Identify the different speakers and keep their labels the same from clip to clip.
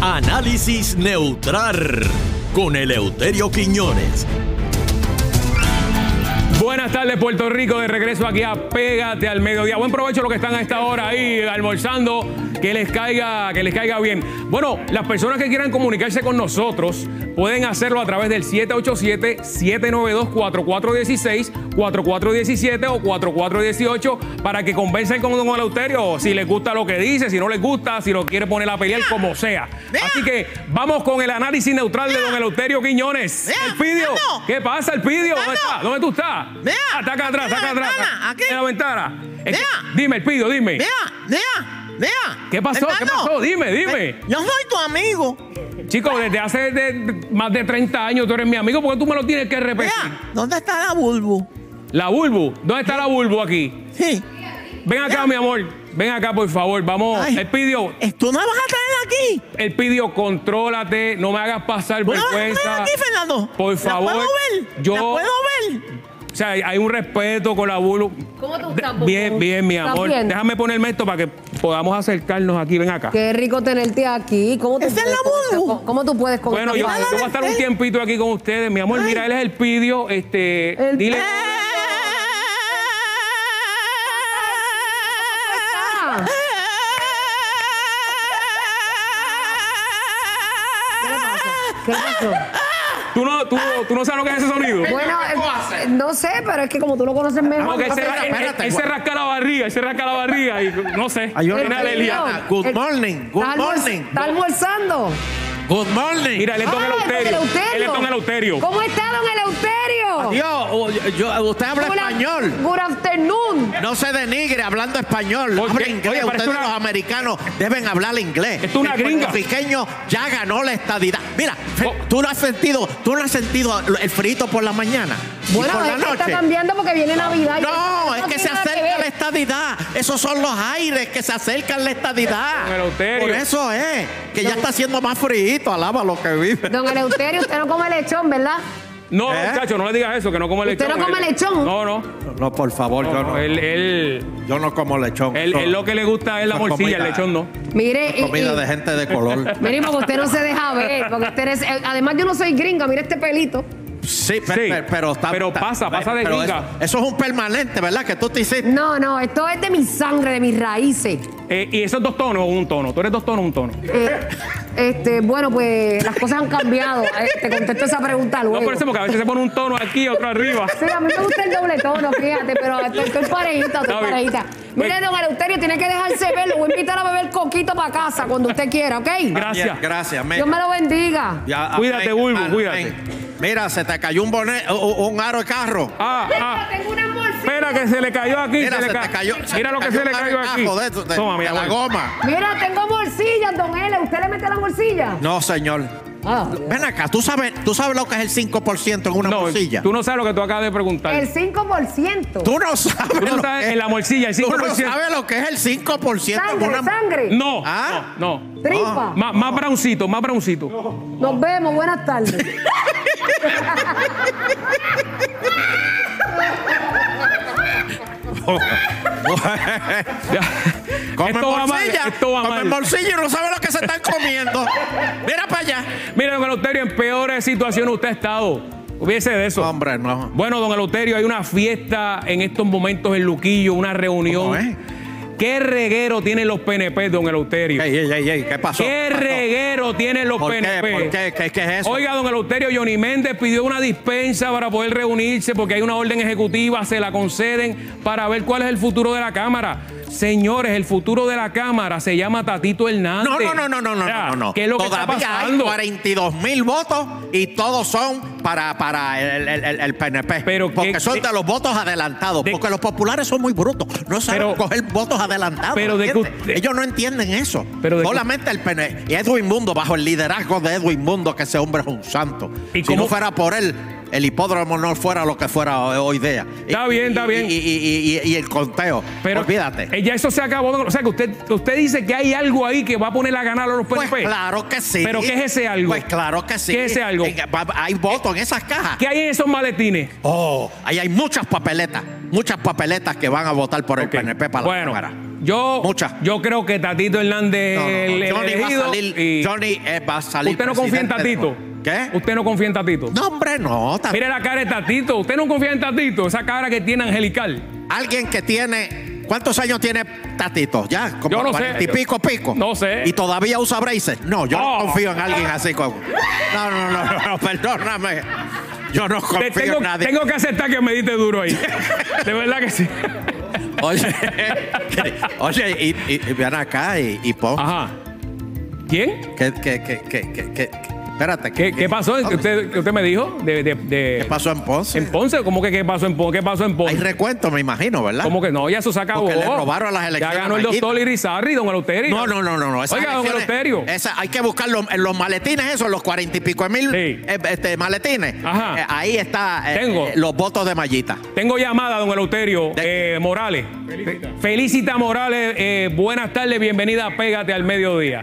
Speaker 1: Análisis neutral con Eleuterio Quiñones.
Speaker 2: Buenas tardes, Puerto Rico. De regreso aquí a Pégate al Mediodía. Buen provecho a los que están a esta hora ahí almorzando. Que les caiga, que les caiga bien. Bueno, las personas que quieran comunicarse con nosotros pueden hacerlo a través del 787-792-4416, 4417 o 4418 para que conversen con Don Eleuterio si les gusta lo que dice, si no les gusta, si lo quiere poner a pelear, como sea. Así que vamos con el análisis neutral de Don Eleuterio Quiñones. El Pidio. ¿Qué pasa, El Pidio? ¿Dónde está? ¿Dónde tú estás?
Speaker 3: Vea.
Speaker 2: Ataca atrás,
Speaker 3: En la
Speaker 2: ataca atrás.
Speaker 3: ventana, aquí.
Speaker 2: En la ventana. Es que-
Speaker 3: Vea.
Speaker 2: dime, el pido, dime.
Speaker 3: Vea, vea, vea.
Speaker 2: ¿Qué pasó? ¿Qué pasó? Dime, dime.
Speaker 3: Yo soy tu amigo.
Speaker 2: Chicos, desde hace de- más de 30 años tú eres mi amigo, ¿por qué tú me lo tienes que repetir?
Speaker 3: Vea, ¿dónde está la bulbu?
Speaker 2: La Bulbu, ¿dónde está la Bulbu aquí?
Speaker 3: Sí.
Speaker 2: Ven acá,
Speaker 3: Vea.
Speaker 2: mi amor. Ven acá, por favor. Vamos.
Speaker 3: Ay.
Speaker 2: El pidió,
Speaker 3: Eh, ¿Tú no la vas a traer aquí?
Speaker 2: el pidió, contrólate, no me hagas pasar
Speaker 3: ¿Tú no la vas a
Speaker 2: vergüenza.
Speaker 3: traer aquí, Fernando?
Speaker 2: Por favor.
Speaker 3: ¿La puedo ver?
Speaker 2: Yo-
Speaker 3: ¿La puedo ver?
Speaker 2: O sea, hay- hay un respeto con la Bulbu.
Speaker 4: ¿Cómo tú
Speaker 2: De-
Speaker 4: estás, Bulbu?
Speaker 2: Bien, bien, mi
Speaker 4: ¿Estás
Speaker 2: amor.
Speaker 4: bien?
Speaker 2: Déjame ponerme esto para que podamos acercarnos aquí. Ven acá.
Speaker 4: Qué rico tenerte aquí. ¿Cómo tú
Speaker 3: Esa es
Speaker 4: puedes
Speaker 3: la
Speaker 4: con esta-
Speaker 3: Bulbu.
Speaker 4: ¿Cómo, cómo tú puedes con
Speaker 2: Bueno, yo,
Speaker 4: esta
Speaker 2: yo
Speaker 4: vaina?
Speaker 2: voy a estar un tiempito aquí con ustedes, mi amor. Mira, él es el pidio. Este,
Speaker 4: El-
Speaker 2: dile.
Speaker 4: Ah, ¿Qué le pasa? ¿Qué le pasó?
Speaker 2: ¿Tú, no, tú, tú no sabes lo que es ese sonido.
Speaker 4: Bueno, eh, no sé, pero es que como tú lo conoces
Speaker 2: Como
Speaker 4: mejor.
Speaker 2: que él, se-
Speaker 4: espérate,
Speaker 2: él- él-
Speaker 4: espérate.
Speaker 2: él se rasca la barriga, él se rasca la barriga y no sé.
Speaker 5: Ay, yo-
Speaker 2: Tiene
Speaker 4: El
Speaker 2: alergia.
Speaker 4: tío,
Speaker 5: Good
Speaker 4: el-
Speaker 5: morning, good
Speaker 4: está almuerz-
Speaker 5: morning.
Speaker 4: Está almorzando.
Speaker 5: Good morning.
Speaker 2: Mira, él es don
Speaker 4: Ah, don
Speaker 2: Eleuterio.
Speaker 4: Eleuterio.
Speaker 2: Él es don Eleuterio.
Speaker 4: ¿Cómo está don Eleuterio?
Speaker 5: Dios, o- yo- usted habla
Speaker 4: Good-
Speaker 5: español.
Speaker 4: Good afternoon.
Speaker 5: No se denigre hablando español.
Speaker 2: Oye,
Speaker 5: Habla
Speaker 2: oye,
Speaker 5: inglés.
Speaker 2: parece
Speaker 5: Ustedes
Speaker 2: una-
Speaker 5: los americanos deben hablar inglés.
Speaker 2: Esto es una
Speaker 5: el
Speaker 2: gringa.
Speaker 5: puertorriqueño ya ganó la estadidad. Mira, Fe-
Speaker 2: Oh.
Speaker 5: tú no has sentido, tú no has sentido el frito por la mañana y
Speaker 4: Bueno,
Speaker 5: por la
Speaker 4: es que está
Speaker 5: noche.
Speaker 4: cambiando porque viene Navidad. y eso
Speaker 5: No, es que
Speaker 4: tiene
Speaker 5: se
Speaker 4: nada
Speaker 5: acerca
Speaker 4: ver.
Speaker 5: la estadidad. Esos son los aires que se acercan la estadidad.
Speaker 2: Don Eleuterio.
Speaker 5: Por eso es, que ya está haciendo más frío. Alaba lo que vive.
Speaker 4: Don Eleuterio, usted no come lechón, ¿verdad?
Speaker 2: No,
Speaker 5: ¿Eh?
Speaker 2: muchacho, no le digas eso, que no come
Speaker 4: ¿Usted
Speaker 2: lechón.
Speaker 4: no come
Speaker 2: Él-
Speaker 4: lechón?
Speaker 2: No, no.
Speaker 5: No, por favor,
Speaker 2: no,
Speaker 5: yo
Speaker 2: no,
Speaker 5: no.
Speaker 2: Él, él,
Speaker 5: Yo no como lechón.
Speaker 2: él- él lo que le gusta es la
Speaker 5: Eso es
Speaker 2: morcilla, el
Speaker 5: comida.
Speaker 2: lechón no.
Speaker 4: Mire, y-
Speaker 5: Comida
Speaker 4: y-
Speaker 5: de gente de color.
Speaker 4: Mire, porque usted no se deja ver. Porque usted es- eh, además, yo no soy gringa. Mire este pelito.
Speaker 5: Sí, pe-
Speaker 2: Sí.
Speaker 5: pe- pero está-
Speaker 2: Pero
Speaker 5: está-
Speaker 2: pasa, pasa de
Speaker 5: pero
Speaker 2: gringa.
Speaker 5: Eso, eso es un permanente, ¿verdad? Que tú te hiciste.
Speaker 4: No, no, esto es de mi sangre, de mis raíces.
Speaker 2: Eh, y esos dos tonos, un tono. Tú eres dos tonos, un tono.
Speaker 4: Eh, este, bueno, pues las cosas han cambiado. Eh, te contesto esa pregunta
Speaker 2: No
Speaker 4: luego.
Speaker 2: por eso, porque a veces se pone un tono aquí, otro arriba.
Speaker 4: Sí, a mí me gusta el doble tono, fíjate, pero estoy, estoy parejita,
Speaker 2: Está
Speaker 4: estoy
Speaker 2: bien. Pues-
Speaker 4: parejita. Mire,
Speaker 2: Bueno.
Speaker 4: don Eleuterio, tiene que dejarse ver. Lo voy a invitar a beber coquito para casa cuando usted quiera, ¿ok?
Speaker 2: Gracias.
Speaker 5: Bien, gracias, ah,
Speaker 4: Dios me lo bendiga.
Speaker 2: Cuídate, Bulbo, cuídate.
Speaker 5: Mira, se te cayó un bonet, u- u- un aro de carro.
Speaker 2: Ah, ah.
Speaker 4: Tengo una
Speaker 2: Espera, que se le cayó aquí.
Speaker 5: Mira,
Speaker 2: se le
Speaker 5: se
Speaker 2: ca-
Speaker 5: te cayó.
Speaker 2: Mira
Speaker 5: te
Speaker 2: lo que se
Speaker 5: un
Speaker 2: le
Speaker 5: aro
Speaker 2: cayó
Speaker 5: de
Speaker 2: aquí.
Speaker 5: cajo de eso, de-
Speaker 2: Toma, mi
Speaker 5: de la
Speaker 2: amor.
Speaker 5: goma.
Speaker 4: Mira, tengo bolsillas, don L. ¿Usted le mete la bolsilla?
Speaker 5: No, señor.
Speaker 4: Ah,
Speaker 5: Ven acá, ¿tú sabes, tú sabes lo que es el 5% en una
Speaker 2: No,
Speaker 5: morcilla.
Speaker 2: tú no sabes lo que tú acabas de preguntar.
Speaker 4: el 5%.
Speaker 5: Tú no sabes.
Speaker 2: Tú no
Speaker 5: lo
Speaker 2: sabes
Speaker 5: que-
Speaker 2: en la morcilla, el
Speaker 5: Tú no
Speaker 2: 5%.
Speaker 5: sabes lo que es el 5% en
Speaker 4: sangre,
Speaker 5: una
Speaker 4: sangre.
Speaker 2: No,
Speaker 5: Ah.
Speaker 2: no, no.
Speaker 4: Tripa.
Speaker 2: Má- más browncito, más browncito.
Speaker 4: Nos vemos, buenas tardes.
Speaker 5: Comen
Speaker 2: Esto va mal,
Speaker 5: morcilla,
Speaker 2: esto va
Speaker 5: comen
Speaker 2: mal.
Speaker 5: morcilla y no saben lo que se están comiendo. Mira para allá.
Speaker 2: Mira, don Eleuterio, en peores situaciones usted ha estado. Hubiese de eso.
Speaker 5: Hombre, no.
Speaker 2: Bueno, don Eleuterio, hay una fiesta en estos momentos en Luquillo, una reunión.
Speaker 5: ¿Cómo es?
Speaker 2: ¿Qué reguero tienen los PNP, don Eleuterio?
Speaker 5: Ey, ey, ey, ey, ¿qué pasó?
Speaker 2: ¿Qué
Speaker 5: ¿Qué pasó?
Speaker 2: reguero tienen los
Speaker 5: ah, ¿Por qué?
Speaker 2: PNP?
Speaker 5: ¿Por qué? ¿Qué- qué es eso?
Speaker 2: Oiga, don Eleuterio, Johnny Méndez pidió una dispensa para poder reunirse porque hay una orden ejecutiva, se la conceden para ver cuál es el futuro de la Cámara. Señores, el futuro de la Cámara se llama Tatito Hernández.
Speaker 5: No, no, no, no, no, no,
Speaker 2: O sea,
Speaker 5: no, no.
Speaker 2: ¿Qué es lo que
Speaker 5: Todavía
Speaker 2: está pasando?
Speaker 5: hay 42 mil votos y todos son para, para el, el- el- el PNP.
Speaker 2: Pero
Speaker 5: porque
Speaker 2: qué-
Speaker 5: son
Speaker 2: de-
Speaker 5: de, los votos adelantados.
Speaker 2: de-
Speaker 5: porque los populares son muy brutos. No saben
Speaker 2: Pero-
Speaker 5: coger votos adelantados.
Speaker 2: pero de que
Speaker 5: ¿entiendes?
Speaker 2: usted-
Speaker 5: Ellos no entienden eso.
Speaker 2: Pero de que-
Speaker 5: Solamente el PNP. Y Edwin Mundo, bajo el liderazgo de Edwin Mundo, que ese hombre es un santo.
Speaker 2: ¿Y
Speaker 5: si
Speaker 2: cómo-
Speaker 5: no fuera por él, el hipódromo no fuera lo que fuera hoy día.
Speaker 2: Está bien, está bien.
Speaker 5: Y, y- y- y- y el conteo.
Speaker 2: Pero
Speaker 5: Olvídate.
Speaker 2: eh, Ya eso se acabó. don- O sea, que usted, usted dice que hay algo ahí que va a poner a ganar a los PNP.
Speaker 5: Pues claro que sí.
Speaker 2: ¿Pero qué es ese algo?
Speaker 5: Pues claro que sí.
Speaker 2: ¿Qué es ese algo?
Speaker 5: Eh, va- Hay votos en esas cajas.
Speaker 2: ¿Qué hay en esos maletines?
Speaker 5: Oh, ahí hay muchas papeletas. Muchas papeletas que van a votar por el PNP para la
Speaker 2: bueno,
Speaker 5: Cámara.
Speaker 2: Yo,
Speaker 5: Muchas.
Speaker 2: yo creo que Tatito Hernández
Speaker 5: No, no, no.
Speaker 2: es el
Speaker 5: Johnny va a
Speaker 2: elegido
Speaker 5: salir.
Speaker 2: y-
Speaker 5: Johnny eh, va a salir.
Speaker 2: Usted no confía en
Speaker 5: presidente de
Speaker 2: Tatito.
Speaker 5: nuevo. ¿Qué?
Speaker 2: Usted no confía en Tatito.
Speaker 5: No, hombre, no. Tatito.
Speaker 2: Mire la cara de Tatito. Usted no confía en Tatito. Esa cara que tiene angelical.
Speaker 5: Alguien que tiene. ¿Cuántos años tiene Tatito? Ya, como
Speaker 2: Yo no sé.
Speaker 5: 40 y pico, pico.
Speaker 2: No sé.
Speaker 5: ¿Y todavía usa braces? No, yo
Speaker 2: Oh.
Speaker 5: no confío en alguien así como. No, no, no, no, no, perdóname. Yo no
Speaker 2: Te-
Speaker 5: confío
Speaker 2: tengo,
Speaker 5: en nadie.
Speaker 2: tengo que aceptar que me diste duro ahí. de verdad que sí.
Speaker 5: Oye, oye, y, y, y ven acá y, y pon.
Speaker 2: Ajá. ¿Quién?
Speaker 5: ¿Qué, qué, qué, qué, qué, qué? Espérate.
Speaker 2: ¿Qué, qué pasó?
Speaker 5: ¿Qué
Speaker 2: ¿Usted, usted me dijo? De, de- de-
Speaker 5: ¿Qué pasó en Ponce?
Speaker 2: en Ponce? ¿Cómo que qué pasó en Ponce? ¿Qué pasó en
Speaker 5: Hay
Speaker 2: Ponce?
Speaker 5: recuento, me imagino, ¿verdad?
Speaker 2: ¿Cómo que no? Ya eso se acabó.
Speaker 5: Porque le robaron a las elecciones
Speaker 2: Ya ganó el
Speaker 5: Mayito.
Speaker 2: doctor Irizarry, don Eleuterio.
Speaker 5: No, no, no, no. no. Esas
Speaker 2: Oiga, don
Speaker 5: elecciones-
Speaker 2: Eleuterio.
Speaker 5: esas hay que buscar los- en los maletines, esos, los cuarenta y pico de mil
Speaker 2: Sí.
Speaker 5: eh, este, maletines.
Speaker 2: Ajá.
Speaker 5: Eh, ahí está eh,
Speaker 2: Tengo.
Speaker 5: eh, los votos de Mallita.
Speaker 2: Tengo llamada, don Eleuterio
Speaker 5: De-
Speaker 2: eh, Morales. Felicita. Morales, eh, buenas tardes, bienvenida a Pégate al Mediodía.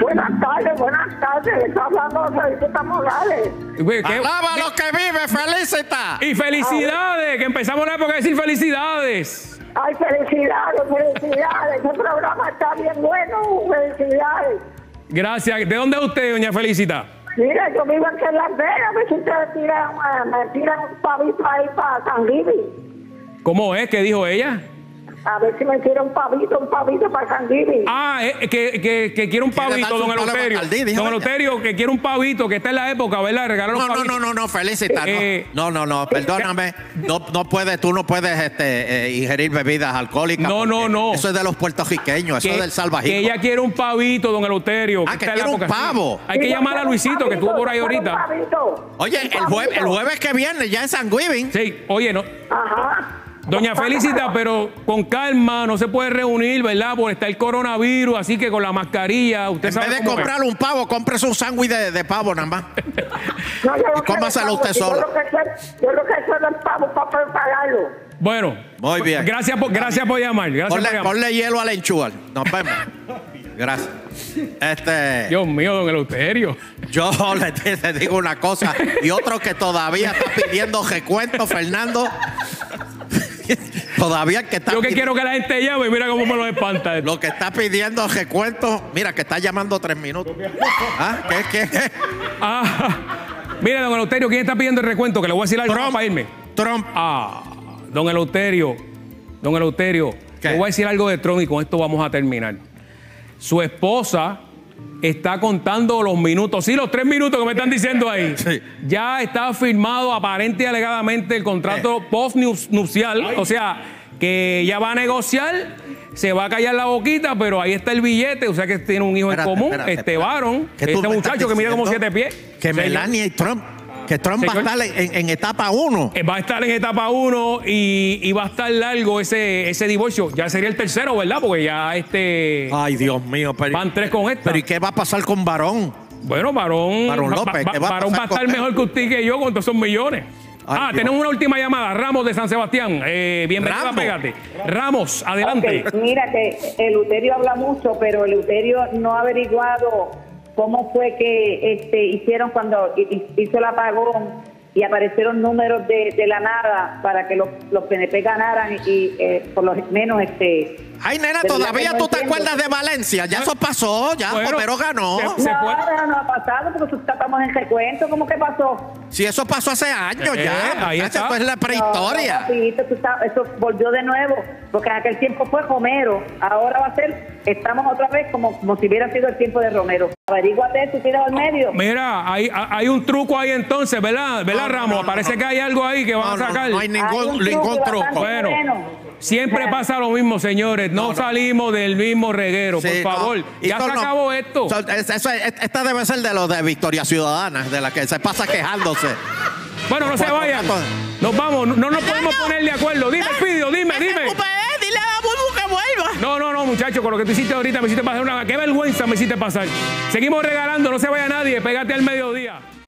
Speaker 6: Buenas tardes, buenas tardes. Está hablando Felicita Morales.
Speaker 2: Güey, ¿qué-
Speaker 5: ¡Alaba a los que vive, felicita!
Speaker 2: Y felicidades, que empezamos la época de decir felicidades.
Speaker 6: Ay, felicidades, felicidades. Este programa está bien bueno. Felicidades.
Speaker 2: Gracias. ¿De dónde es usted, doña Felicita?
Speaker 6: Mira, yo vivo aquí en Las Vegas. A ver si ustedes tiran, eh, me tiran un pavito ahí para San Giving.
Speaker 2: ¿Cómo es? ¿Qué dijo ella?
Speaker 6: A ver si me tiran un pavito, un pavito para San Giving.
Speaker 2: Ah, eh, que, que, que quiere un
Speaker 5: Quiere
Speaker 2: pavito,
Speaker 5: darse
Speaker 2: don
Speaker 5: un palo
Speaker 2: Eleuterio.
Speaker 5: Bacardí, dijo
Speaker 2: Don
Speaker 5: ella.
Speaker 2: Eleuterio, que quiere un pavito, que está en la época, ¿verdad? Regalar un
Speaker 5: No, no,
Speaker 2: pavito.
Speaker 5: no, no, no, felicita. no.
Speaker 2: Eh,
Speaker 5: no, no, no, perdóname. No, no puedes, tú no puedes este, eh, ingerir bebidas alcohólicas.
Speaker 2: No, no,
Speaker 5: porque
Speaker 2: no.
Speaker 5: Eso es de los puertorriqueños, eso
Speaker 2: Que-
Speaker 5: es del salvajismo.
Speaker 2: Que ella quiere un pavito, don Eleuterio.
Speaker 5: Ah, que
Speaker 2: está en la
Speaker 5: quiere un
Speaker 2: época, sí.
Speaker 5: pavo.
Speaker 2: Hay que
Speaker 6: Mira,
Speaker 2: llamar a
Speaker 6: quiero un
Speaker 2: Luisito, que estuvo por ahí
Speaker 6: pavito,
Speaker 2: ahorita.
Speaker 6: quiero un pavito.
Speaker 5: Oye,
Speaker 6: Un
Speaker 5: el, jue- el
Speaker 6: pavito.
Speaker 5: jueves que viene ya es San Giving.
Speaker 2: Sí, oye, no.
Speaker 6: Ajá.
Speaker 2: Doña Felicita, pero con calma, no se puede reunir, ¿verdad? Por estar el coronavirus, así que con la mascarilla, usted
Speaker 5: En
Speaker 2: sabe
Speaker 5: vez de
Speaker 2: cómo es.
Speaker 5: comprar un pavo, cómprese un sándwich de, de pavo nada más.
Speaker 6: No, yo no
Speaker 5: Y cómaselo
Speaker 6: quiero
Speaker 5: usted
Speaker 6: pavo,
Speaker 5: sola.
Speaker 6: Yo lo que quiero- yo lo que quiero es pavo para prepararlo.
Speaker 2: Bueno.
Speaker 5: Muy bien.
Speaker 2: Gracias por, gracias por llamar. Gracias por
Speaker 5: Ponle,
Speaker 2: llamar.
Speaker 5: ponle hielo al enchúbal. Nos vemos. Gracias. Este,
Speaker 2: Dios mío, don Eleuterio.
Speaker 5: yo le, te digo una cosa. Y otro que todavía está pidiendo recuento, Fernando. todavía el que está
Speaker 2: Yo que
Speaker 5: pi-
Speaker 2: quiero que la gente llame, mira cómo me lo espanta esto.
Speaker 5: Lo que está pidiendo recuento, mira, que está llamando tres minutos. ¿Ah? ¿Qué, qué, qué?
Speaker 2: Ah, mira, don Eleuterio, ¿quién está pidiendo el recuento? Que le voy a decir algo
Speaker 5: Trump.
Speaker 2: para irme.
Speaker 5: Trump.
Speaker 2: Ah, don Eleuterio, don Eleuterio,
Speaker 5: ¿Qué?
Speaker 2: le voy a decir algo de Trump y con esto vamos a terminar. Su esposa está contando los minutos, sí, los tres minutos que me están diciendo ahí.
Speaker 5: Sí.
Speaker 2: Ya está firmado aparente y alegadamente el contrato
Speaker 5: Eh.
Speaker 2: post-nupcial, o sea, que ya va a negociar, se va a callar la boquita, pero ahí está el billete, o sea que tiene un hijo
Speaker 5: Espérate,
Speaker 2: en común,
Speaker 5: espérate,
Speaker 2: este
Speaker 5: espérate.
Speaker 2: varón,
Speaker 5: ¿Qué
Speaker 2: este
Speaker 5: tú me estás
Speaker 2: muchacho que mide como siete
Speaker 5: diciendo?
Speaker 2: pies.
Speaker 5: Que
Speaker 2: Señor.
Speaker 5: Melania y Trump. Que Trump
Speaker 2: Señor.
Speaker 5: va a estar en, en etapa uno.
Speaker 2: Eh, Va a estar en etapa 1 y, y va a estar largo ese, ese divorcio. Ya sería el tercero, ¿verdad? Porque ya este.
Speaker 5: Ay, Dios mío. Ah, Pero,
Speaker 2: Van tres con esta.
Speaker 5: Pero ¿y qué va a pasar con Varón?
Speaker 2: Bueno, varón.
Speaker 5: Varón
Speaker 2: va-
Speaker 5: López,
Speaker 2: va-
Speaker 5: ¿qué va a
Speaker 2: varón va a
Speaker 5: pasar con
Speaker 2: estar
Speaker 5: él?
Speaker 2: mejor que usted y que yo con todos esos millones.
Speaker 5: Ay,
Speaker 2: ah,
Speaker 5: Dios.
Speaker 2: tenemos una última llamada. Ramos de San Sebastián. Eh, bienvenido
Speaker 5: Ramos.
Speaker 2: a Pégate. Ramos, adelante.
Speaker 7: Ok, mira que Eleuterio habla mucho, pero Eleuterio no ha averiguado cómo fue que este, hicieron cuando hi- hi- hizo el apagón y aparecieron números de, de la nada para que los, los PNP ganaran y eh, por lo menos este
Speaker 5: Ay, nena,
Speaker 7: de verdad
Speaker 5: todavía
Speaker 7: que no
Speaker 5: tú te
Speaker 7: entiendo.
Speaker 5: acuerdas de Valencia. Ya eso pasó, ya
Speaker 2: Ah. Bueno,
Speaker 5: Homero ganó.
Speaker 2: se- se
Speaker 7: no,
Speaker 2: puede-
Speaker 7: no, no ha pasado porque nosotros estamos en recuento, ¿cómo que pasó?
Speaker 5: Si eso pasó hace años
Speaker 2: Eh,
Speaker 5: ya.
Speaker 2: ahí
Speaker 5: muchacha,
Speaker 2: está.
Speaker 5: Esto es la
Speaker 7: No,
Speaker 5: prehistoria.
Speaker 7: papito, tú sabes, eso volvió de nuevo, porque en aquel tiempo fue Romero, ahora va a ser, estamos otra vez como, como si hubiera sido el tiempo de Romero. Averíguate, tú tiras al medio.
Speaker 2: Mira, hay, hay un truco ahí entonces, ¿verdad? ¿Verdad,
Speaker 5: No, no,
Speaker 2: Ramos?
Speaker 5: no, no,
Speaker 2: Parece
Speaker 5: no.
Speaker 2: que hay algo ahí que
Speaker 5: No,
Speaker 2: van
Speaker 5: no,
Speaker 2: a sacar.
Speaker 5: no hay
Speaker 7: Hay
Speaker 5: ningún,
Speaker 7: un truco
Speaker 5: ningún
Speaker 7: bastante
Speaker 5: truco.
Speaker 2: Bueno,
Speaker 7: bueno.
Speaker 2: siempre
Speaker 7: Bueno.
Speaker 2: pasa lo mismo, señores. No, salimos del mismo reguero.
Speaker 5: Sí,
Speaker 2: por
Speaker 5: no.
Speaker 2: favor,
Speaker 5: Y
Speaker 2: ya
Speaker 5: eso
Speaker 2: se
Speaker 5: no-
Speaker 2: acabó esto.
Speaker 5: so- es- eso es- esta debe ser de los de Victoria Ciudadana, de la que se pasa quejándose.
Speaker 2: Bueno, no se
Speaker 5: Cuatro
Speaker 2: vayan.
Speaker 5: gatos.
Speaker 2: Nos vamos, no, no nos
Speaker 3: Milagro.
Speaker 2: podemos poner de acuerdo. Dime, Pidio, dime,
Speaker 3: Que se
Speaker 2: dime.
Speaker 5: eh,
Speaker 3: recupere, Dile a la Bulbu que vuelva.
Speaker 2: No, no, no, muchachos, con lo que tú hiciste ahorita me hiciste pasar una. ¡Qué vergüenza me hiciste pasar! Seguimos regalando, no se vaya nadie, pégate al mediodía.